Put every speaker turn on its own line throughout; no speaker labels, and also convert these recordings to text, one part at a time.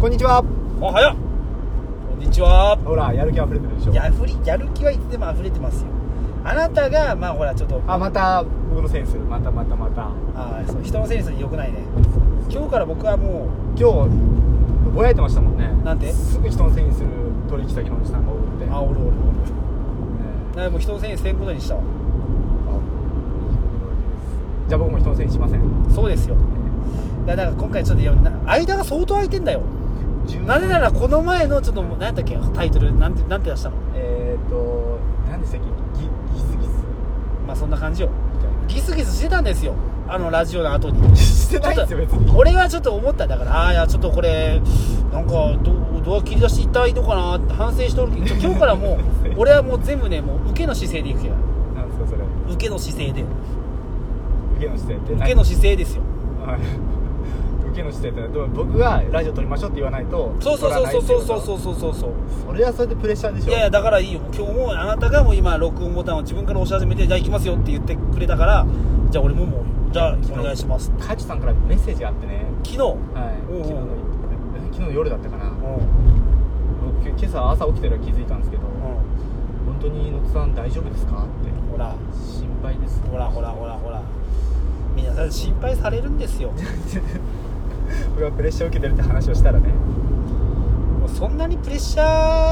こんにちは
おはようこんにちは
ほらやる気溢れてるでしょ
やふりやる気はいつでも溢れてますよあなたがまあほらちょっと
あまた僕のセンスまたまたまた
あーそう人のセンスに良くないね今日から僕はも
今日ぼやいてましたもんね
なんです
ぐ人のせいにする取引先のおじさんが多くて
うあおるおるおるだからもう人のセンスせんことにしたわ
じゃあ僕も人のせいにしません
そうですよだから今回ちょっといろんな間が相当空いてんだよなぜならこの前のちょっと何やったっけタイトルなんてなんて出したの
えっ、ー、と何でしたっけギギスギス
まあそんな感じよ
みたい
ギスギスしてたんですよあのラジオの後に
なしてないんですよ別に
俺はちょっと思っただからああーいやちょっとこれなんかどどう切り出していったらいいのかなって反省しておるけど ちょ今日からもう俺はもう全部ねもう受けの姿勢でいくけど
なんですかそれ
受けの姿勢で
受けの姿勢って
受けの姿勢ですよ
はい 受けの姿勢ってでも僕がラジオ撮りましょうって言わないと
そうそうそうそうそう
う
そうそうそうそう
それはそれでプレッシャーでしょ
いやいやだからいいよ今日もあなたがもう今録音ボタンを自分から押し始めてじゃあ行きますよって言ってくれたからじゃあ俺ももうじゃあお願いします
カチさんからメッセージがあってね
昨日
はい
おうおう
昨日のえ昨日の夜だったかな
う
僕今朝朝起きてから気づいたんですけど
んうん
本当に野津さん大丈夫ですかって
ほら
心配です
ほらほらほらほらみんなそれ心配されるんですよ
僕がプレッシャー受けてるって話をしたらね
もうそんなにプレッシャ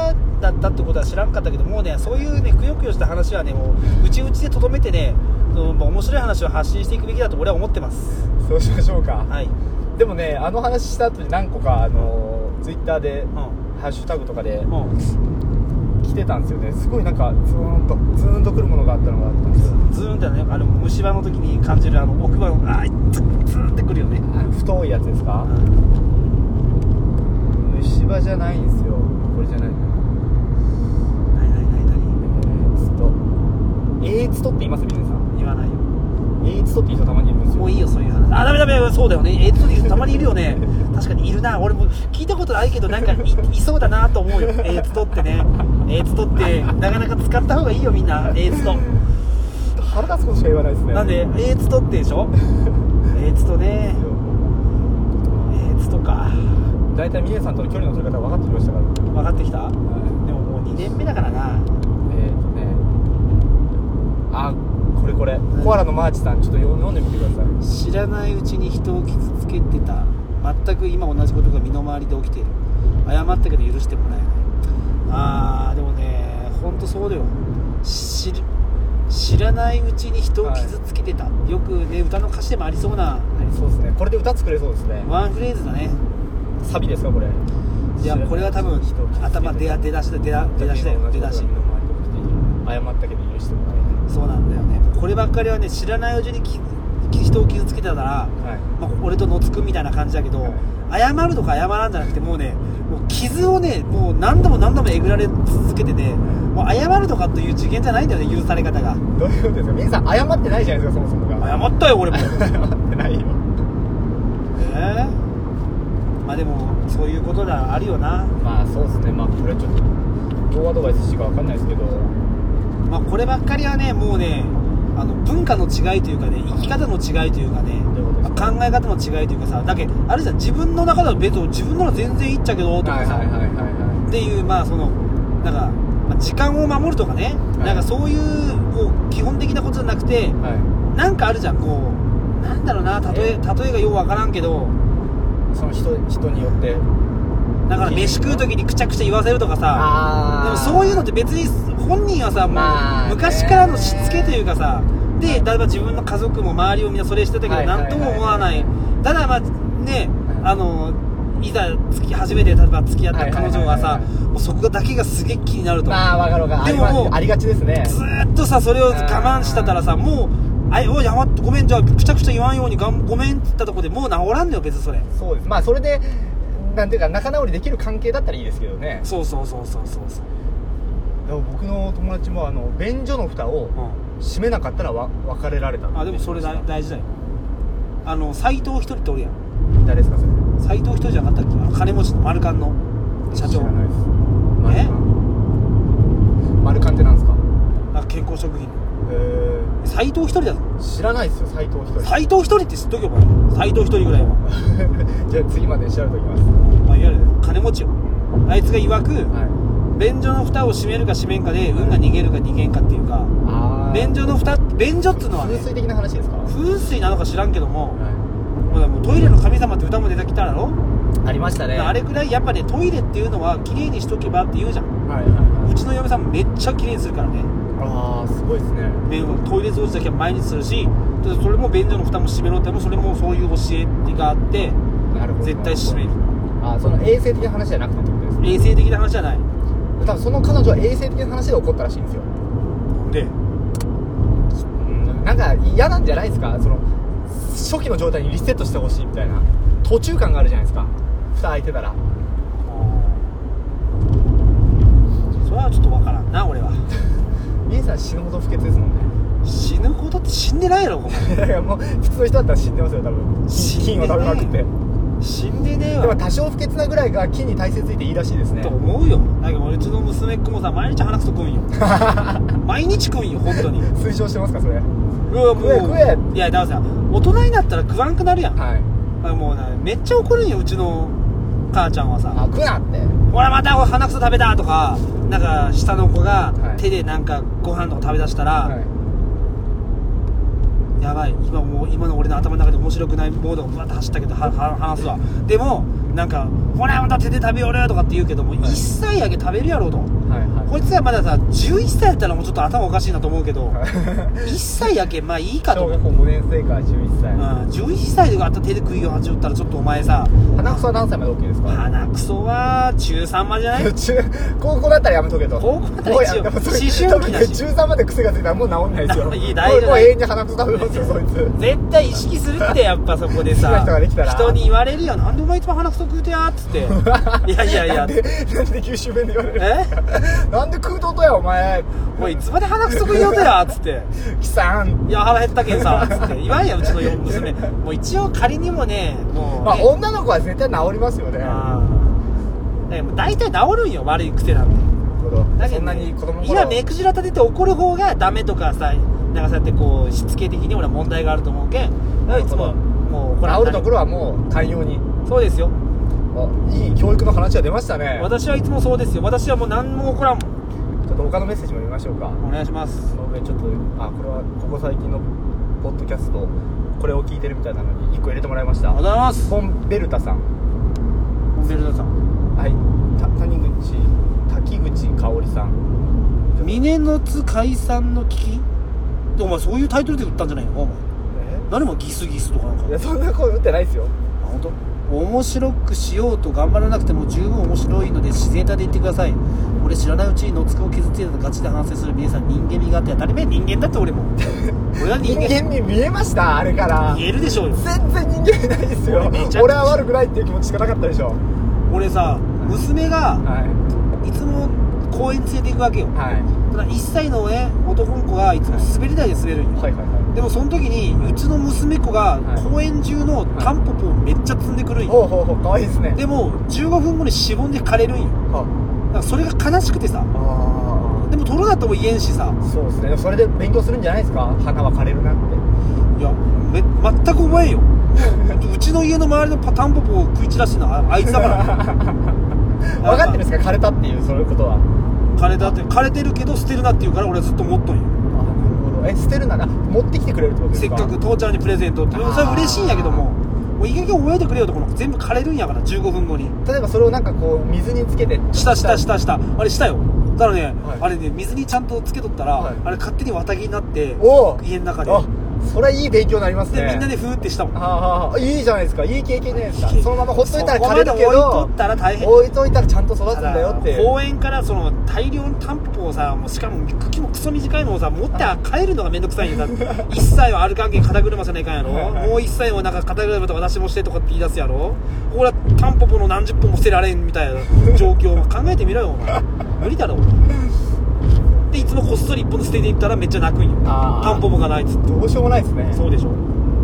ーだったってことは知らんかったけどもうねそういうねくよくよした話はねもううちうちでとどめてねそのまあ面白い話を発信していくべきだと俺は思ってます
そうしましょうか、
はい、
でもねあの話した後に何個かあのツイッターで、
う
ハッシュタグとかで
んうん、ず
来てたんですよねすごいなんかズーンとズーンとくるものがあったのがあったんですよ
ずーんってねあの虫歯の時に感じるあの奥歯のあーずずーんってくるよね
あの太いやつですか
うん
虫歯じゃないんですよこれじゃない
なになになになに
エイツとって言います皆さん
言わないよ
エイツとって人たまにいるんですよ
もういいよそういう話あダメダメそうだよねえっとたまにいるよね確かにいるな俺も聞いたことないけ どなんかいいそうだなと思うよえっとってねえっとってなかなか使った方がいいよみんなえっと
腹立つことしか言わないですね
なんでえっとってでしょえっとねえっとか
大体ミネさんとの距離の取り方分かってきましたから、
分かってきたで
はい、
ももう2年目だから
え
な
っ、ー、とねあこれこれコアラのマーチさんちょっと読んでみてください
知らないうちに人を傷つけてた全く今同じことが身の回りで起きている謝ったけど許してもらえないあーでもね本当そうだよ知る知らないうちに人を傷つけてた、よくね歌の歌詞でもありそうな
はいそうですねこれで歌作れそうですね
ワンフレーズだね
サビですかこれ
いやこれは多分頭出だ出だしだ出だ出だしだよ出だし
謝ったけど許してもら
そうなんだよねこればっかりはね知らないうちにきき人を傷つけてたら
えないはい
まあ、俺と野津くんみたいな感じだけど、謝るとか謝らんじゃなくてもうねもう傷をねもう何度も何度もえぐられ続けててもう謝るとかという次元じゃないんだよね許され方が
どういうことですかミネさん謝ってないじゃないですかそもそもが
謝ったよ俺もえ
謝ってないよ
えまあでもそういうことだあるよな
まあそうですねまあこれちょっとどうアドバイスしていいか分かんないですけど
まあこればっかりはねもうねあの文化の違いというかね生き方の違いというかね
どういうことですか
考え方の違いというかさだけあれじゃん自分の中では別に自分なら全然いいっちゃけどとかさ、
はいは
っていうまあそのなんかまあ時間を守るとかね、
はい
なんかそういうこう基本的なことじゃなくて
いは
なんかあるじゃんこうなんだろうな例え
え
例えがようわからんけど
いその人人によって
だから飯食う時にくちゃくちゃ言わせるとかさで
あ
もそういうのって別に本人はさもう、
まあね
昔からのしつけというかさで例えば自分の家族も周りをみんなそれしてたけど
はいはいはい
何とも思わないただまあねあのいざ付き初めて例えば付き合った彼女が
はいはい
さ
はいはい
もうそこだけがすげえ気になると
まあ分かる分かる
でも
あり
もう
ありがちですね
ずーっとさそれを我慢してたらさもう「あいおいやまごめんじゃあくちゃくちゃ言わんようにがんごめん」って言ったとこでもう治らんのよ別にそれ
そうですまあそれでなんていうか仲直りできる関係だったらいいですけどね
そうそうそうそうそうそう
でも僕の友達もあの便所の蓋を閉めなかったらわ別れられた
うん、あでもそれだ大事だよあの斎藤一人っておるやん
誰ですかそれ
斎藤一人じゃなかったっけあの金持ちの丸カンの社長
知らないです
え
マルカンってなんですか
あ健康食品
え
斎藤一人だぞ
ー、知らないですよ斎藤一人
斎藤一人って知っとけばいい斎藤一人ぐらいは、
じゃあ次まで調べておきます
まあ、いわゆるあいつが曰く、
はい
便所の蓋を閉めるか閉めんかで運が逃げるか逃げんかっていうか
あ
便所の蓋便所っつうのはね
風水的な話ですか、は
風水なのか知らんけども
い、
ほらもうトイレの神様って歌も出てきただろ、
ありましたね
あれくらいやっぱねトイレっていうのは綺麗にしとけばって言うじゃん
はいはいは
う
い
ちの嫁さんめっちゃ綺麗にするからね
ああすごいですね
便トイレ掃除だけは毎日するしそれも便所の蓋も閉めろってもうそれもそういう教えがあって
なるほど
絶対閉める
あーその衛生的な話じゃなくてってことですね
衛生的な話じゃない
多分その彼女は衛生的な話で怒ったらしいんですよ
で
うんなんか嫌なんじゃないですかその初期の状態にリセットしてほしいみたいな途中感があるじゃないですか蓋開いてたら
それはちょっとわからんな俺は
ミエさん死ぬほど不潔ですもんね
死ぬほどって死んでないやろお前
いやいやもう普通の人だったら死んでますよ多分
死ん
菌
でな
を食
い
べまくってで
死んでねえわ
も多少不潔なぐらいが菌に耐性ついていいらしいですね
と思うよなんかもううちの娘っ子もさ毎日鼻くそ食う んよ毎日食うんよ本当に
推奨してますかそれはいう
わもう
食え食え
いやだからさ大人になったら食わんくなるやんあもうなめっちゃ怒るんようちの母ちゃんは
あ
さ
食うなって
「ほらまた鼻くそ食べた」とかなんか下の子が
はい
手でなんかご飯とか食べだしたら、
はい
やばい今もう今の俺の頭の中で面白くないボードがぶわって走ったけどはは話すわでもなんか「ほらまた手で食べよる」とかって言うけども、
い
1歳あげ食べるやろうと
はいは
こいつはまださ11歳だったらもうちょっと頭おかしいなと思うけど
い
1歳やけんまあいいかと
小
思う
学校5年生から11歳、
うん、11歳であった手で食いを始めたらちょっとお前さ
鼻くそは何歳まで OK ですか
鼻くそは中3までじゃない
途 中高校だったらやめとけと
高校だったら一
もう
応
やめとけ
思春期だし
多分ね13まで癖がついたらもう治んないですよ
いい大丈夫
もうもう永遠に鼻くそ食べますよそいつ
絶対意識するってやっぱそこで
好きな
さ
人ができたら
人に言われるよなんでお前一番鼻くそ食うてやっつって いやいやい
な
や
んでなんで九州弁で言われる
え
なんで空洞とやお前
もういつまで鼻くそ食いようとやっつって
貴さん
いや腹減ったけんさつって言わんやうちの四娘もう一応仮にもねもう、ね
まあ女の子は絶対治りますよね
あーだけど大体治るんよ悪い癖なんてだけどね
そんなに子供の頃
今目くじら立てて怒る方がダメとかさなんかそうやってこうしつけ的に俺は問題があると思うけんだからいつ
な
も
るほど
もう怒らん
治るところはもう寛容に
そうですよ
あいい教育の話が出ましたね
私はいつもそうですよ私はもう何も怒らんもん
ちょっと他のメッセージも見ましょうか
お願いします
その上ちょっとあこれはここ最近のポッドキャストこれを聞いてるみたいなのに1個入れてもらいまし
あ
た
りがとうございます
コンベルタさん
ベルナさん
はいた谷口滝口香織さん
峰の津解散の危機お前そういうタイトルで売ったんじゃないのお前何もギスギスとかなんか
いやそんな声打ってないですよ
あ本当面白くしようと頑張らなくても十分面白いので自然体で言ってください俺知らないうちにのつくを傷ついたとガチで反省する皆さん人間味があって当たり前人間だって俺も俺は
人
人
間
間
に見えましたあれから
言えるでしょうよ
全然人間いないですよ
めちゃくちゃ
俺は悪くないっていう気持ちしかなかったでしょ
俺さ娘が
はい
つも公園連れて行くわけよ
いはい
ただ1歳のね男の子がいつも滑り台で滑るんよ
はいはい
でもその時にうちの娘っ子が
はい
公園中のタンポポをめっちゃ積んでくるんよ
ほうほうほうかわいいですね
でも15分後にしぼんで枯れるんよ
あ
だからそれが悲しくてさ
あ
でも取るなとも言えんしさ
ーそうですねでもそれで勉強するんじゃないですか花は枯れるな って
いやめ全くお前ようちの家の周りのパタンポポを食い散らしてるのはああいつだから
分かってるんですか枯れたっていうそういうことは
枯れたって枯れてるけど捨てるなって言うから俺はずっと持っとん
あ
よ
なるほどえ捨てるなら持ってきてくれるってことです
せっ
か
かく父ちゃんにプレゼントってそれ
あー
は嬉しいんやけどももういい加減泳いでくれよとこの子全部枯れるんやから15分後に
例えばそれをなんかこう水につけて
したしたしたしたあれしたよだからね、
はい
あれね水にちゃんとつけとったら、
はい
あれ勝手に綿毛になって
おお
家の中で
あそれいい勉強になりますね
でみんなでふーってしたもん
ああいいじゃないですかいい経験じゃないですかそのままほっといたら
そこ
枯
ま
れ
で
る
置
け
い
ど
とったら大変
置いといたらちゃんと育つんだよっていう
公園からその大量のタンポポをさもうしかも茎もクソ短いのをさ持って帰るのがめんどくさいんだ 1歳は歩かんけん肩車せないかんやろ
はいはい
もう1 歳はなんか肩車とか私もしてとかって言い出すやろほらタンポポの何十本も捨てられんみたいな状況を考えてみろよお前無理だろでいつもこっそり1本捨てていったらめっちゃ泣くんよ
あー
タンポポがないっつって
どうしようもないですね
そうでしょ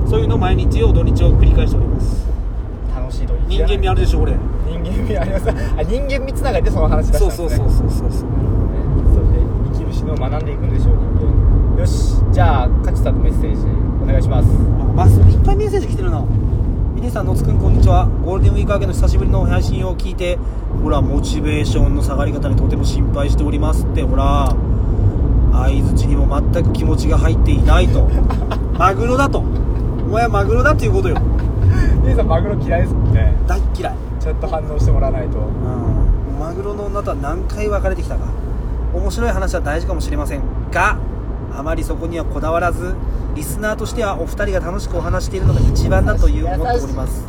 そういうのを毎日を土日を繰り返しております
楽しいと
人間味あ
る
るでしょ俺
人間味ありますあ人間味つながりでその話出したん
そう
です、
そ
ね、
うそうそうそうそう
それで生きる死のを学んでいくんでしょう人間よしじゃあ勝さんのメッセージお願いします
あまあ、いっぱいメッセージ来てるな
見
皆さんのつくんこんにちはゴールデンウィーク明けの久しぶりの配信を聞いてほらモチベーションの下がり方にとても心配しておりますってほら相づちにも全く気持ちが入っていないとマグロだとお前はマグロだっていうことよ
兄さんマグロ嫌いですもんね
大っ嫌い
ちゃんと反応してもらわないと
うんマグロの女とは何回別れてきたか面白い話は大事かもしれませんがあまりそこにはこだわらずリスナーとしてはお二人が楽しくお話しているのが一番だという思っております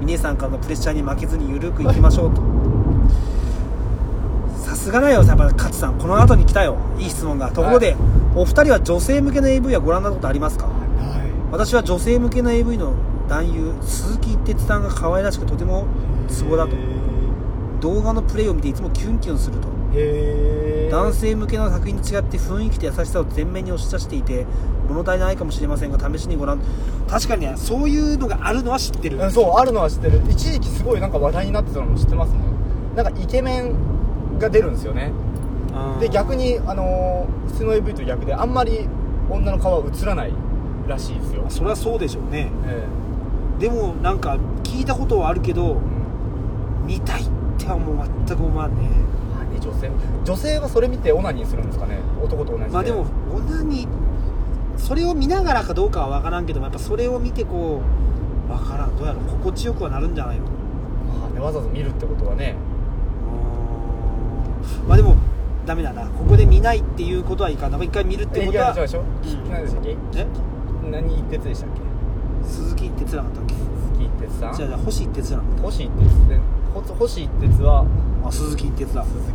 峰さんからのプレッシャーに負けずに緩くいきましょうとさすがだよやっぱ勝さんこの後に来たよいい質問がところで、
はい
お二人は女性向けの AV はご覧になったことありますか
は
私は女性向けの AV の男優鈴木一徹さんが可愛らしくとても
い
ツボだと動画のプレイを見ていつもキュンキュンすると
へえ
男性向けの作品に違って雰囲気と優しさを前面に押し出していて物足りないかもしれませんが試しにご覧確かにねそういうのがあるのは知ってる
うんそうあるのは知ってる一時期すごいなんか話題になってたのも知ってますねなんかイケメンが出るんですよねで逆にあのー普通の AV と逆であんまり女の顔は映らないらしいですよ、
それはそうでしょうね
え
でもなんか聞いたことはあるけど
えうん
見たいってはもう全く思わんね
まあね女性女性はそれ見てオナニーするんですかね男と同じで
まあでもオナニーそれを見ながらかどうかは分からんけどもやっぱそれを見てこう分からんどうやろう心地よくはなるんじゃないの
まあねわざわざ見るってことはね
まあでもダメだなここで見ないっていうことはいかんな一回見るって
え
こ
い
と
や
は
そうでしょ
うん
何でしたっけ
え
何一徹でしたっけ
鈴木哲也だったっけ
鈴木一徹さ
じゃあ
ん
じゃあ星哲也なんだ
星一徹ねほ星一徹は
あ鈴木哲だ
鈴木一徹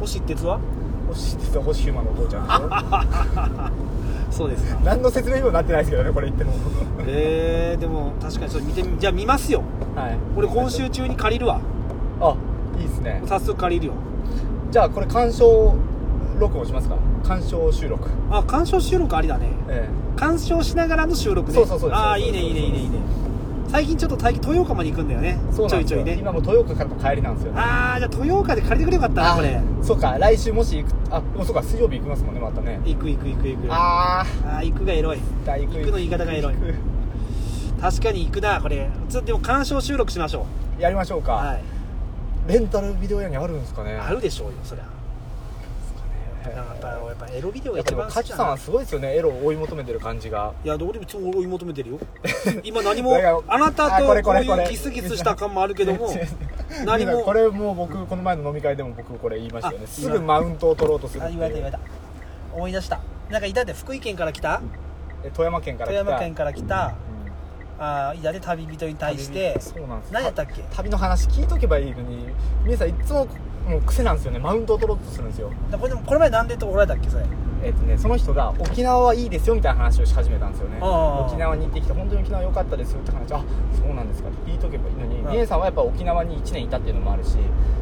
星哲は
星一徹は星ヒューマンのお父ちゃんでしょ
そうですか
何の説明にもなってないですけどねこれ言って も
えー、でも確かにちょっと見てみじゃあ見ますよ
はい
俺今週中に借りるわ
あいいですね
早速借りるよ
じゃあこれ鑑賞録音しますか鑑賞収録
あ鑑賞収録ありだね
え
鑑賞しながらの収録ね
そうそうそうです
ああ
そう
いい
です
ねいいねいいねいいね最近ちょっと大豊岡まで行くんだよね
えそう
ち
な
ょ
ん
い
です
ち
よ
ょいね
今も豊岡からの帰りなんですよ
ああじゃあ豊岡で借りてくれよかったなこれ
そうか来週もし行くあでもそうか水曜日行きますもんねまたね
行く行く行く行くあ
あ
あー行くがエロい
あ行
行くの言い方がエロい
行く
確かに行くなこれちょっとでも鑑賞収録しましょ
やりましょうか、
うはい
レンタルビデオ屋にあるんですかね
あるでしょうよそりゃ
です
なんかやっぱ
かね
やっぱエロビデオが
やっぱで
一
も
番
カ
好き
チ
じゃ
さん
な
はいすごいですよねエロを追い求めてる感じが
いや俺も超追い求め てるよ今何も
いや
あなた
あ
と
これ
こ
こ
う
れこ
い
れ
うギスギスした感もあるけ ども何
何も
も
これもう僕この前の飲み会でも僕これ言いましたよね
あ
すぐマウントを取ろうとするっ
あ
てい
言
う
われた言われた思い出したなんかいたんで福井県から来た
え富山県から
富
来た
山県から来た
うん
あーいたで旅人に対して
旅そうなんです
何やったっけ
旅の話聞いとけばいいのに皆さんいつももう癖なんですよねマウントを取ろうとするんですよ
だこれでもこの前なんでって怒られたっけそれ
えっ、とねその人が沖縄はいいですよみたいな話をし始めたんですよね
ああ
沖縄に行ってきて本当に沖縄良かったですよって話あそうなんですかって聞いとけばいいのに
うん
皆さんはやっぱ沖縄に1年いたっていうのもあるし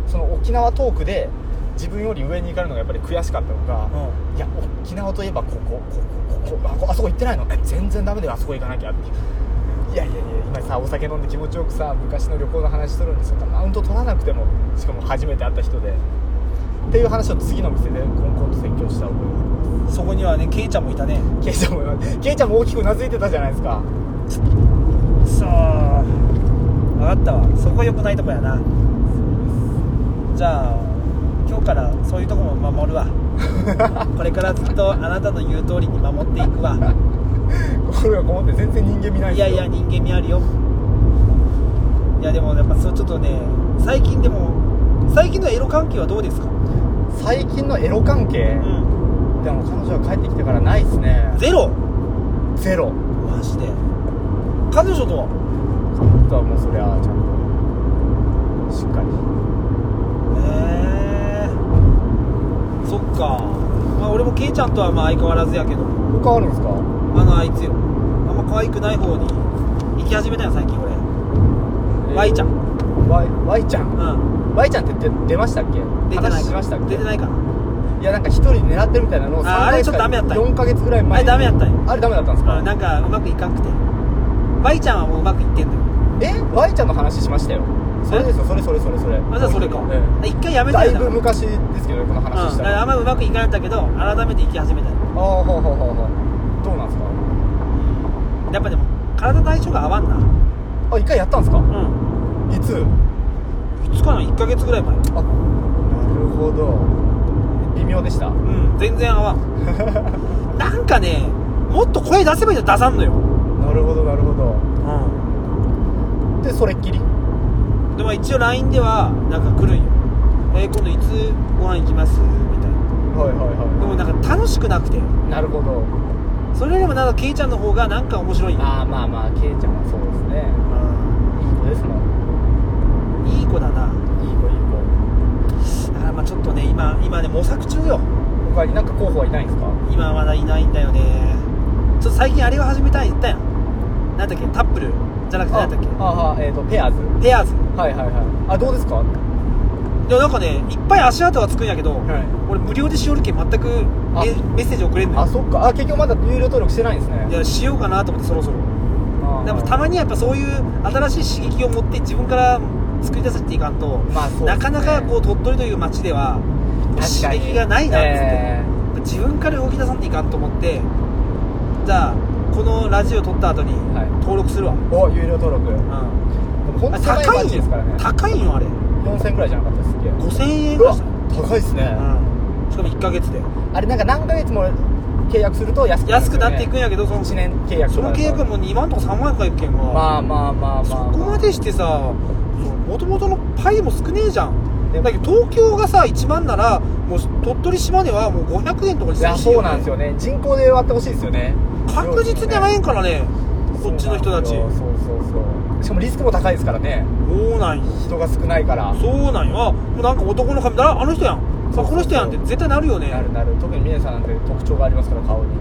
その沖縄トークで自分より上に行かれるのがやっぱり悔しかったのか、
う
いや沖縄といえばここここここあこあそこ行ってないのえ全然ダメだよあそこ行かなきゃっていやいやいや今さお酒飲んで気持ちよくさ昔の旅行の話するんですよマウント取らなくてもしかも初めて会った人でっていう話を次の店でコンコンと説教した覚えがあります
んそこにはねケイちゃんもいたね
ケイちゃんもケイちゃんも大きくうなずいてたじゃないですか
そう分かったわそこ良くないとこやなじゃあ今日からそういうとこも守る わこれからずっとあなたの言う通りに守っていくわ
心がこもって全然人間見ないん
い
で
や
すよ
いや人間味あるよいやでもやっぱそうちょっとね最近でも最近のエロ関係はどうですか、
最近のエロ関係
ん、
でも彼女が帰ってきてからないっすね
ゼロ
ゼロ
マジで彼女とは
あとはもうそりゃちゃんとしっかり
へえそっか、まあ、俺もケイちゃんとはまあ相変わらずやけど
他あるんですか
あのあいつよあんま可愛くない方に行き始めたよ最近俺ワイちゃんう
ワイワイちゃん
ん
ワイちゃんって出出ましたっけ
出てない
話しましたっけ
出てないか
いやなんか一人狙ってるみたいなのを
あー
3
あれちょっとダメやったんや
4ヶ月ぐらい前に
あれダメやったん
あれダメだったんです
ら、
か
うん、なんかうまくいかんくてワイちゃんはもううまくいってんのよ
えワイちゃんの話しましたよそれですよそれそれそれそれ
あじゃあそれか
え
一回や
え
めた
だ
よ
いぶ昔ですけどねこの
うん、だ
話し
か
た
ら
ら
あんまうまくいかなかったけど改めて行き始めたよ
ああほうほうほうほうどうなんですか
やっぱでも体と相性が合わんな
あ一回やったんですか
うん
いつ
いつかな1ヶ月ぐらい前
あなるほど微妙でした
うん全然 合わんなんかねもっと声出せばいいの出さんのよ
なるほどなるほど
う
でそれっきり
んでも一応 LINE ではなんか来るんよえー今度いつご飯行きますみたい
は
な
いはい
でも
は
なんか楽しくなくて
いなるほど
それよりもなんかケイちゃんの方がなんか面白いよ
ああまあまあケイちゃんはそうですね
う
いい子ですもん
んいい子だない
い子いい
だからまあちょっとね今今ね模索中よ
子他になんか候補はいないんですか
今まだいないんだよねちょっと最近あれを始めたい言ったやんなんだっけタップルじゃなくてなんだっけ
ああえっ、とペアーズ
ペアーズ
はいはいはいあどうですかはい
やなんかねいっぱい足跡はつくんやけど、
い
俺無料でしおるけん全くメ
あ
メッセージ送れんの
あ
よ
そっかあ結局まだ有料登録してないんですね
いやしようかなと思ってそろそろ
あー
でもたまにやっぱそういう新しい刺激を持って自分から作り出せっていかんと、
まあそうですね
なかなかこう鳥取という町では
確か
刺
に
激がないなっつって、
え
自分から動き出さんといかんと思ってじゃあこのラジオ撮った後に
はい
登録するわ、
ーお有料登録でも
うん
本当
あ
に高い
高
感
い
じ
よ
ですからね
高いよあれ
4000円くらいじゃなかったですっけ
5000円
う
ぐら
わ
いした
高いっすね、
うんしかも1ヶ月で
あれなんか何ヶ月も契約すると安くなる
安くなっていくんやけどその
1年契約
そ
とかだ
の
と
契約はもう2万とか3万円かいくけんが、
まあまあまあまあ、
そ
まあ、
こまでしてさもともとのパイも少ねえじゃん
で
だ
も
けど東京がさ1万ならもう鳥取島根はもう500円とかに
い
して
や
ほしい
そうなんですよね人口で割ってほしいですよね
確実に早いんからねこっちの人たち
そうそうそうそうしかもリスクも高いですからね
そうなんよ
人が少ないから
そうなんよあもうなんか男の髪だああの人やん
そうそうそう
あこの人やんって絶対なるよね
なるなる特に峰さんなんて特徴がありますから顔に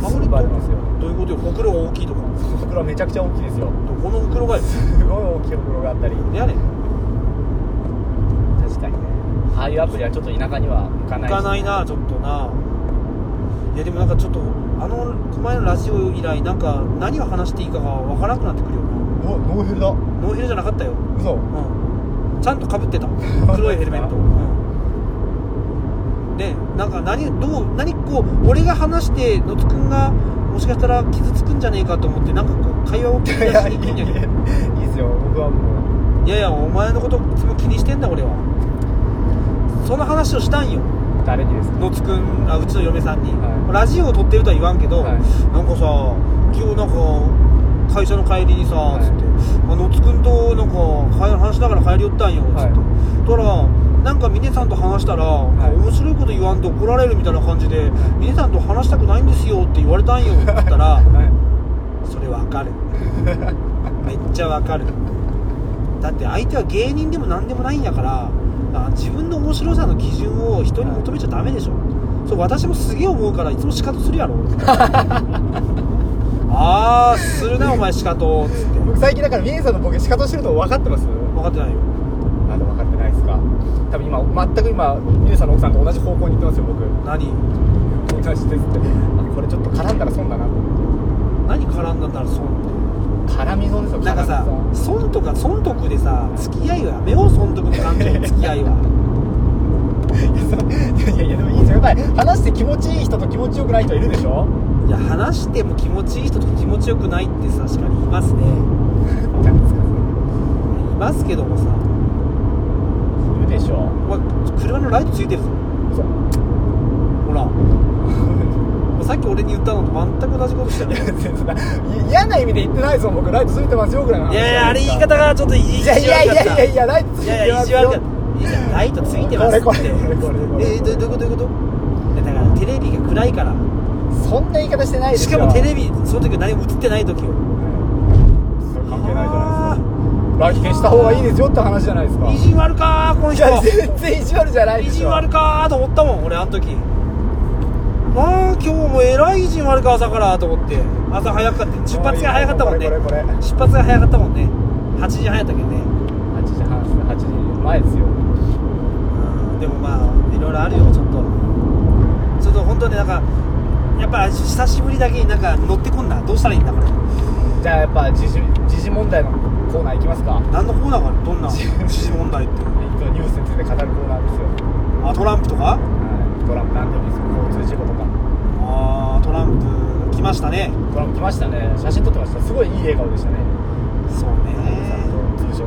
顔に
すぐバレますよ
どういうことよほくろが大きいとかど
袋はめちゃくちゃ大きいですよ
このほくろがよ
すごい大きい袋があったり
やねん
確かにねああいうアプリはちょっと田舎には向かない
行かないなちょっとないやでもなんかちょっとあの前のラジオ以来なんか何を話していいかがわからなくなってくるよな
おノーヘルだ
ノーヘルじゃなかったよ
嘘
うんちゃんとかぶってた黒いヘルメット、うんでなんか何どう何こう俺が話して野津くんがもしかしたら傷つくんじゃねえかと思ってなんかこう会話を切り出しにくいんやけど
いいですよ僕はもう
いやいやお前のこといつも気にしてんだ俺はその話をしたんよ
誰にですか
野津くんあうちの嫁さんに、
はい
ラジオを撮ってるとは言わんけど、
はい
なんかさ今日なんか会社の帰りにさ、
はい
つってあ野津くんとなんかは話しながら帰り寄ったんよ、
はい
つってたらなんか峰さんと話したら、
い
面白いこと言わんと怒られるみたいな感じで峰さんと話したくないんですよって言われたんよって言った ら
は
それわかるめっちゃわかるだって相手は芸人でも何でもないんやからあ自分の面白さの基準を人に求めちゃダメでしょそう私もすげえ思うからいつもシカトするやろああするなお前シカトっつって
い僕最近だから峰さんのボケ仕方してると分かってます
分かってないよ
まだ分かってないですか多分今全く今峰さんの奥さんと同じ方向に行ってますよ僕同
何
じですってあこれちょっと絡んだら損だなと思っ
何絡んだんだらそう
て絡み損ですよ
なんかさ
絡み
損とか損得でさ付き合いはやめよう損得の感情の付き合いは
損いやいやでもいいですよやっぱり話して気持ちいい人と気持ちよくない人いるでしょ
いや話しても気持ちいい人と気持ちよくないって確かにいますね
じゃ ないですか
いますけどもさ
それいるでしょ
お前車のライトついてるぞ
嘘
ほ らさっき俺に言ったのと全く同じことして る
全然ない嫌な意味で言ってないですもん僕ライトついてますよぐらいの話
いやいやあれ言い
じゃ
方がちょっといい
ないですかいやいやいやいやライトつい
い
てますよ
やいや意地悪かったいやライトついてますって
これこれこれこれこれ
えどどういうことどういうこといやだからテレビが暗いから
そんな言い方してないでし
し
ょ
かもテレビその時は何も映ってない時よ
それ関係ないじゃないですかライト消した方がいいですよって話じゃないですか
あー意
い
地悪かーこの人
や全然意地悪じゃない
意
でし
地
ょ
悪かーと思ったもん俺あの時ああ今日もえらい意地悪か朝からと思って朝早かった出発が早かったもんね
これこれこれ
出発が早かったもんね8時早かったけどね
8時半です8時前ですよ
うんでもまあいろいろあるよちょっとちょっと本当になんかやっぱ久しぶりだけになんか乗ってこんなどうしたらいいんだこれ
じゃあやっぱ時事時事問題のコーナー行きますか
何のコーナーかなどんな時事問題って
ニュースについて語るコーナーですよ
あトランプとか
はいトランプなんでもいいですよ交通事故とか
あートランプ来ましたね
トランプ来ましたね写真撮ってましたすごいいい笑顔でしたね
そうね
っと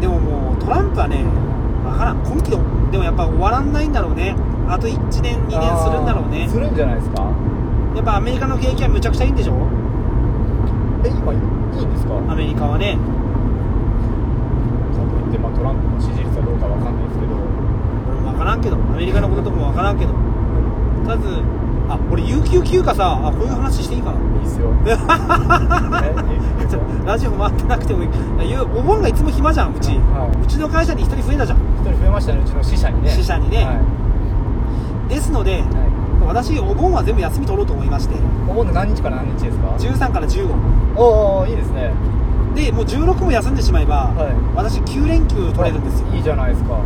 でももうトランプはねわからん今期ででもやっぱ終わらんないんだろうねあと1年2年するんだろう
あ
ね
ーするんじゃないですか
やっぱアメリカの景気はむちゃくちゃいいんでしょ
え今いいんですか
アメリカはね
かといって、まあ、トランプの支持率はどうかわかんないですけど
俺も分からんけどアメリカのこととかも分からんけどとりあえずあ俺有給休暇さあこういう話していいかない
いっすよ えいいっすよ
ラジオ回ってなくてもいいいやお盆がいつも暇じゃんうち、
はいう
ちの会社に1人増えたじゃん
一人増えましたねうちの死者にね
死者にね
はい
ですので
は
私お盆は全部休み取ろうと思いまして
い、お盆で何日から何日ですか
13から15
おおいいですね
でもう16も休んでしまえば、
はい
私9連休取れるんですよ
いいじゃないですか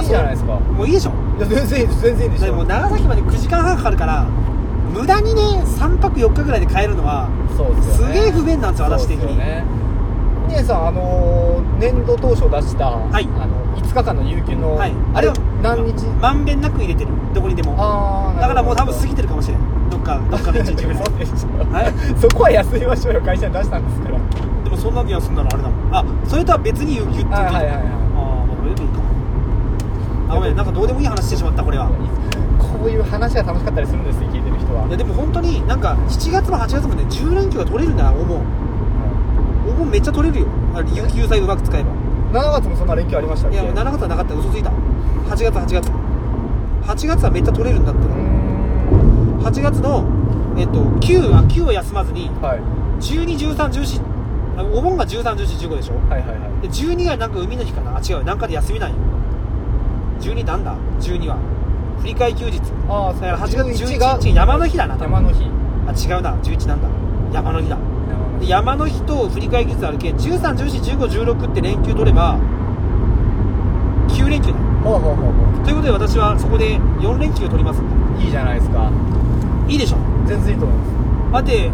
いいじゃないですか
もういいでしょ
いや全然いいです全然いいで
で
し
も
ょ
う長崎まで9時間半かかるから無駄にね3泊4日ぐらいで帰るのは
そうですよね
すげえ不便なんですよ私的に
そうですよね姉さんあのー年度当初出した、あ
い
の5日間の有給の、
はい
あれ
は
何日
まんべんなく入れてるどこにでも
ああ
だからもう多分過ぎてるかもしれんどっかどっかの一日ぐ らいはい
そこは休みましょうよ会社に出したんですから
でもそんなに休んだらあれだもんあそれとは別に有給って言って
あ
る
はいはいはい
ああまあこれでもいいかあごめんなんかどうでもいい話してしまったこれは
こういう話が楽しかったりするんですよ聞いてる人はい
やでも本当になんか7月も8月もね10連休が取れるんだお盆お盆めっちゃ取れるよあれ有給さえうまく使えば
7月もそんな連休ありましたっ
い
け
や7月はなかった嘘ついた8月8月8月はめっちゃ取れるんだって
うーん
8月の、えっと、9は9を休まずに
はい
121314お盆が131415でしょ
はいはいはい
で12がなんか海の日かなあ違うなんかで休みないよ12なんだ12は振り替え休日
ああ
だから8月11日山の日だな多分
山の日
あ違うな11なんだ山の日だ
山の
で
日
山の日と振り替え休日あるけ13141516って連休取れば9連休だ
ほうほうほうほ
ということで私はそこで4連休取りますんで
ういいじゃないですか
いいでしょ
全然いいと思いま
だって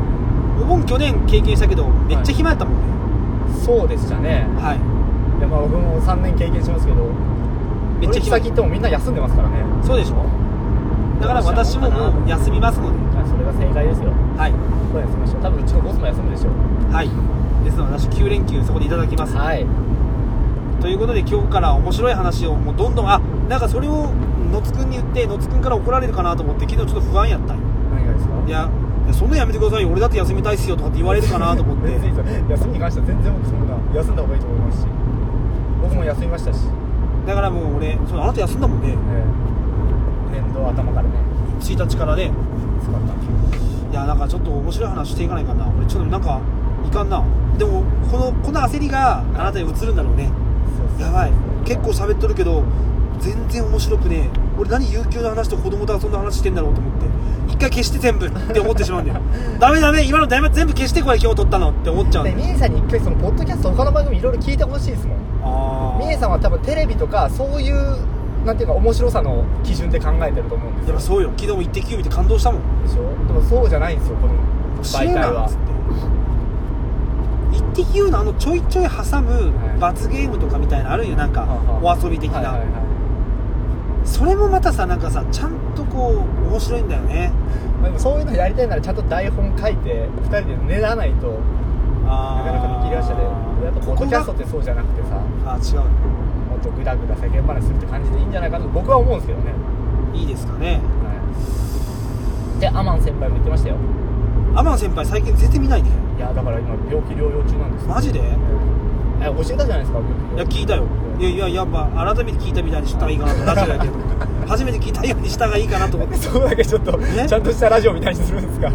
お盆去年経験したけどめっちゃ暇やったもんね
すそうでしたね
はい、
いやまあ僕も3年経験しますけど
めっちゃ
取引
暇
先行ってもみんな休んでますからね
そうでしょだから私ももう休みますので
あそれが正解ですよ
はい
これ休みましょう多分うちのボスも休むでしょう
はいですので私9連休そこでいただきます
はい
ということで今日から面白い話をもうどんどんあなんかそれをのつくんに言ってのつくんから怒られるかなと思って昨日ちょっと不安やったんよ
何がですか
いやいやそんなんやめてくださいよ俺だって休みたいっすよとかって言われるかなと思っ て
全然いいですよ休みに関しては全然僕そんな休んだ方がいいと思いますし僕も休みましたし、
だからもう俺そうあなた休んだもんね
ええ年度頭からね
1日からね
使ったんで
いやなんかちょっと面白い話していかないかな俺ちょっとなんかいかんなでもこのこの焦りがあなたに映るんだろうね
そうそう
やばい結構喋っとるけど全然面白くねえ俺何有給の話と子供と遊んだ話してんだろうと思って一回消して全部って思ってしまうんだよ ダメダメ今のダメ全部消してこれ今日撮ったのって思っちゃうんだ
で
よ
ミエさんに一回そのポッドキャスト他の番組いろいろ聞いてほしいですもん
あ
ミエ
あ
さんは多分テレビとかそういうなんていうか面白さの基準で考えてると思うんです
やっ
よ
ぱそうよ昨日も「イッテ Q!」見て感動したもん
でしょでもそうじゃないんですよこの
知れ
媒
ん
体
かっ
は
つって「イッテ Q!」のあのちょいちょい挟む罰ゲームとかみたいなのあるんよなんかお遊び的
はいはい
な
はい
それもまたさなんかさちゃんとこう面白いんだよね
まあでもそういうのやりたいならちゃんと台本書いて2人でねらないとな
あ
かなか見切り発車でやっぱポッドキャストっ
こ
てそうじゃなくてさ
こがあ違う
もっとグダグダ世間話するって感じでいいんじゃないかと僕は思うんですけどね、
いいですかね
でアマン先輩も言ってましたよ
アマン先輩最近全然見ないね
いやだから今病気療養中なんですよ
マジで
え教えたじゃないですか
いや
病気
聞いたよいやいややっぱ改めて聞いたみたいにしたらいいかなとラジオやけど初めて聞いたようにしたがいいかなと思ってい
そうだけちょっと、
ね
ちゃんとしたラジオみたいにするんですか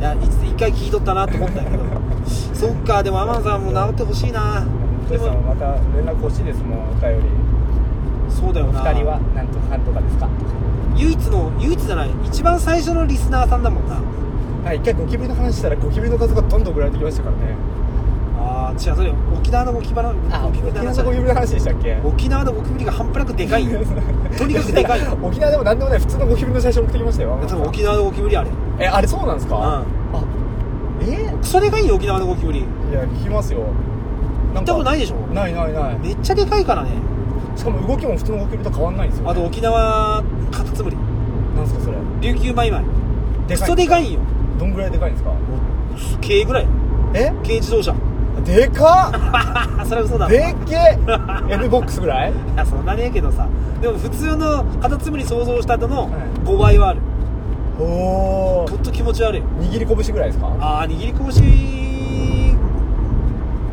やいつ一回聞いとったなと思ったんやけどそっかでもアマンさんも治ってほしいなで
皆さん
も
また連絡欲しいですもんお便り
そうだよな
2人はなんとかかんとかですか
唯一の唯一じゃない一番最初のリスナーさんだもんな
はい、一回ゴキブリの話したらゴキブリの数がどんどん送られてきましたからね
ああ違うそれ沖縄のゴキブリの
沖
ゴキブリの
縄
話
のゴキブリの話でしたっけ
沖縄のゴキブリが半端なくでかいん よとにかくでかいよ
沖縄でも何でもない普通のゴキブリの写真送ってきましたよ
多分沖縄のゴキブリあれ
えあれそうなんですか、
うん
あえ
それがいいよ沖縄のゴキブリ
いや聞きますよ行
行ったことないいでしょ
ないないない
めっちゃでかいからね
しかも動きも普通のゴキブリと変わんないんですよ
あと沖縄カタツムリ
なんですかそれ
琉球マイマイ
で
ク
かい
ソでかいんよ
どんぐらいでかいんですか
軽ぐらい
え
軽自動車
でか
あそれは嘘だ
っでっけえ F ボックスぐらい
いやそんなねえけどさでも普通のカタツムリ想像した後の
はい
5倍はある
おお
ちょっと気持ち悪い
握り拳ぐらいですか
ああ握り拳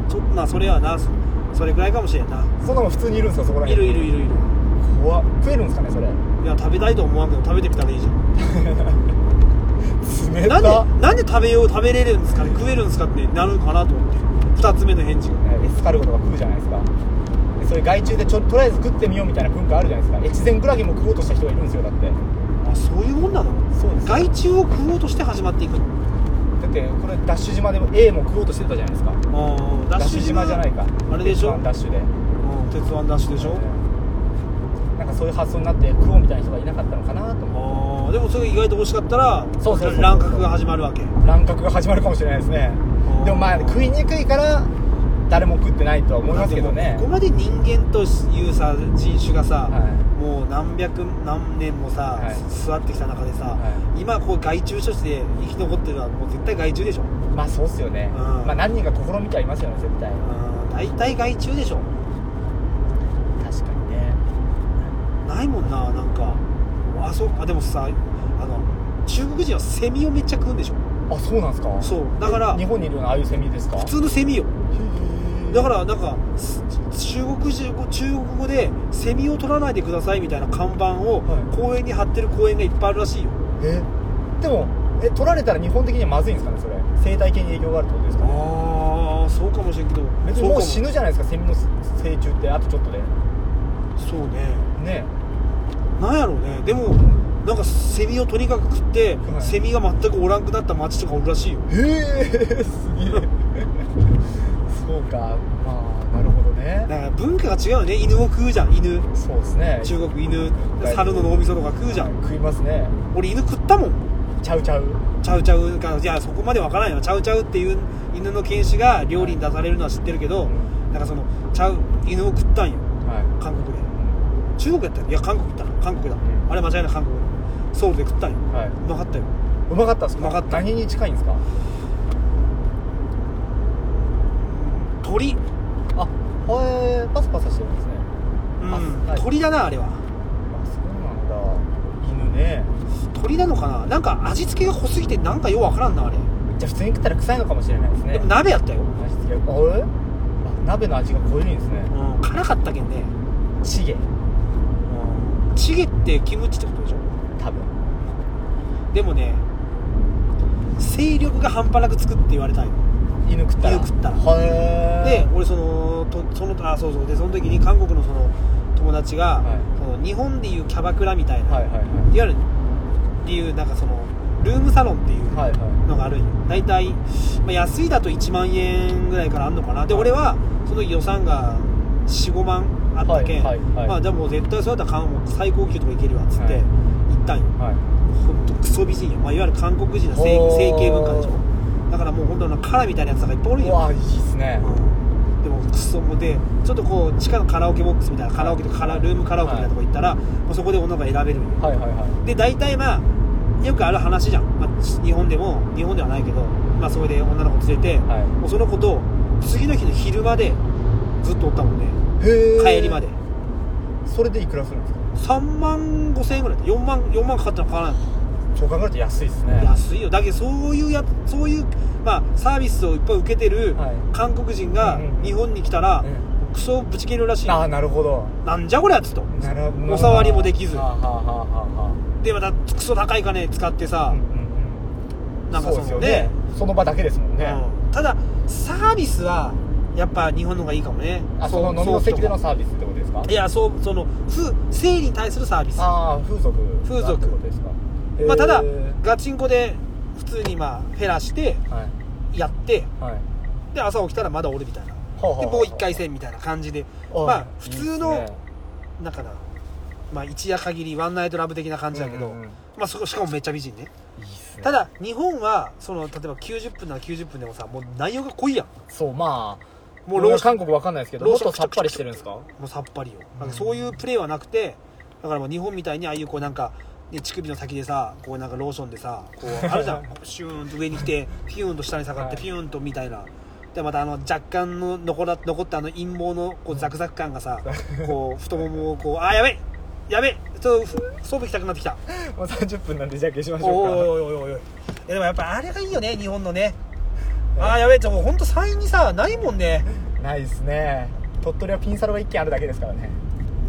ちょっとまあそれはなそそれぐらいかもしれんな
そんなの普通にいるんですかそこら
いる
辺
いるいるいる
怖っ食えるんですかねそれ
いや食べたいと思わんけど食べてみたらいいじゃん
冷た
なんでなんで食べよう食べれるんですかね食えるんですかってなるかなと思って2つ目の返事が
エスカルゴとか食うじゃないですかでそういう害虫でちょとりあえず食ってみようみたいな文化あるじゃないですか越前クラゲも食おうとした人がいるんですよだって
あそういうもんなの
そうです
害虫を食おうとして始まっていくの
だってこれダッシュ島でも A も食おうとしてたじゃないですか
ああダッシュ島
じゃないか
あれでしょ
鉄腕ダッシュで
うん鉄腕ダッシュでしょ、
なんかそういう発想になって食おうみたいな人がいなかったのかなと思
ああでもそれ意外と惜しかったら
そうそうそう
乱獲が始まるわけあ
う乱獲が始まるかもしれないですね
ー
でもまあ食いにくいから誰も食ってないとは思いますけどね
ここまで人間というさ人種がさ、
は
もう何百何年もさ、
はい
座ってきた中でさ、
は
今こう害虫として生き残ってるのはもう絶対害虫でしょ
まあそうっすよね
うん
まあ何人か試みてはいますよね絶対
うん大体害虫でしょ
確かにね
ないもんななんかあそうあでもさあの中国人はセミをめっちゃ食うんでしょ
あそうなんですか
そうだから
日本にいるようなああいうセミですか
普通のセミよ
へー
だからなんかす中国人中国語でセミを取らないでくださいみたいな看板を
はい
公園に貼ってる公園がいっぱいあるらしいよ
えでもえ取られたら日本的にはまずいんですかねそれ生態系に影響があるってことですかね
ああそうかもしれんけど
別に
そうか
もう死ぬじゃないですかセミの成虫ってあとちょっとで
そうね
ね
なんやろうねでもなんかセミをとにかく食って、
はい
セミが全くおらんくなった町とかおるらしいよ
ええすげえそうかまあなるほどね
だから文化が違うよね犬を食うじゃん犬
そうですね
中国犬
はい
猿の脳みそとか食うじゃん
食いますね
俺犬食ったもん
ちゃうちゃう
チャウチャウかいやそこまでわからんよチャウチャウっていう犬の犬種が料理に出されるのは知ってるけど、
うん
なんかそのチャウ犬を食ったんよ
は
韓国で中国やったよいや韓国行ったの韓国だ、
ん
あれ間違いない韓国ソウルで食ったんよ
い、はいう
まかったよ
うまかったっすか
うまかった
何に近いんですか
鳥
あへえパサパサしてるんですね
うん、
はい
鳥だなあれは
あそうなんだ犬ね
鳥なのかななんか味付けが濃すぎてなんかようわからんなあれ、
じゃあ普通に食ったら臭いのかもしれないですね
でも鍋やったよ、
味付けあれあ鍋の味が濃いんですね
うん、辛かったけんね、
チゲ
チゲってキムチってことでしょ
多分
でもね勢力が半端なくつくって言われたんよ
犬食ったら
犬食ったら
へ
で
え
俺そのとそのあそうそうでその時に韓国のその友達が、
はい
その日本でいうキャバクラみたいな、
はい
い、
はいはい
わゆる理由なんかそのルームサロンっていう
はいは
のがあるんよ大体、まあ、安いだと1万円ぐらいからあんのかなで
はい
俺はその時予算が45万あったけん、
はいはいはい
まあでも絶対そうやったら韓国最高級とか行けるわっつって
はい
行ったんよ、
いはい
ほんとクソ美人よ、まあ、いわゆる韓国人の整
ほー
整形文化でしょだからもう本当のカラみたいなやつがいっぱいおるん
う
よ
わいいっすね
でもクソもでちょっとこう地下のカラオケボックスみたいなカラオケとかカラルームカラオケみたいなとこ行ったら、もうそこで女が選べるんよ
はいはいはい
で大体まあよくある話じゃん、まあ、日本でも日本ではないけど、まあ、それで女の子連れて、
はい
もうその子と次の日の昼までずっとおったもんね
へー
帰りまで
それでいくらするんですか
3万5千円ぐらい4万4万かかったのかな
そう考えると安いですね
安いよだけどそういうやつそういう、まあ、サービスをいっぱい受けてる
はい
韓国人が
うんうん
日本に来たら、
う
クソぶち切れるらしい
ああなるほど
なんじゃこりゃっつうと
なる
お触りもできず
はあはあはあはあ
でまたクソ高い金使ってさ
うん、うんうん
なんかその
うですよねその場だけですもんね
うんただサービスはやっぱ日本の方がいいかもね
あその飲みの席でのサービスってことですか
いやそうそのふ生理に対するサービス
ああ風俗
風俗
がってことですか
まあ、ただ
へー
ガチンコで普通にまあフェラして
はい
やって
はい
で朝起きたらまだおるみたいな
ほうほうほう
でもう1回戦みたいな感じで
あ
まあ普通
いいっ
の
すね
なんかなまあ一夜限りワンナイトラブ的な感じだけど、
うんうんうん
まあそこしかもめっちゃ美人ね
いいっすね
ただ日本はその例えば90分なら90分でもさもう内容が濃いやん
そうまあ
もう
俺は
ローション
韓国わかんないですけど
ロ
もっ
ーション
とさっぱりしてるんですか
もうさっぱりよ
う
なん
ん
かそういうプレーはなくてだからもう日本みたいにああいうこうなんか、ね、乳首の先でさこうなんか ローションでさこうあるじゃんシューンと上に来てピューンと下に下がって
はい
ピューンとみたいなでまたあの若干の残ら残ったあの陰謀のこうザクザク感がさこう太ももをこうあーやべえやべえちょっとふ装備着たくなってきた
もう30分なんでじゃあ消しまし
おい
ょう
おいおいおいおいえでもやっぱあれがいいよね日本のねあーやべえちょっとほんと3位にさないもんね
かないですね鳥取はピンサロが1軒あるだけですからね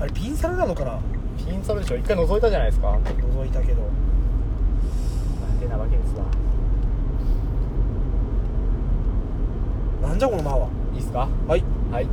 あれピンサロなのかな
ピンサロでしょ1回覗いたじゃないですか
覗いたけど
てなわけですわ
なんじゃこの間は
はいいですか
はい
はい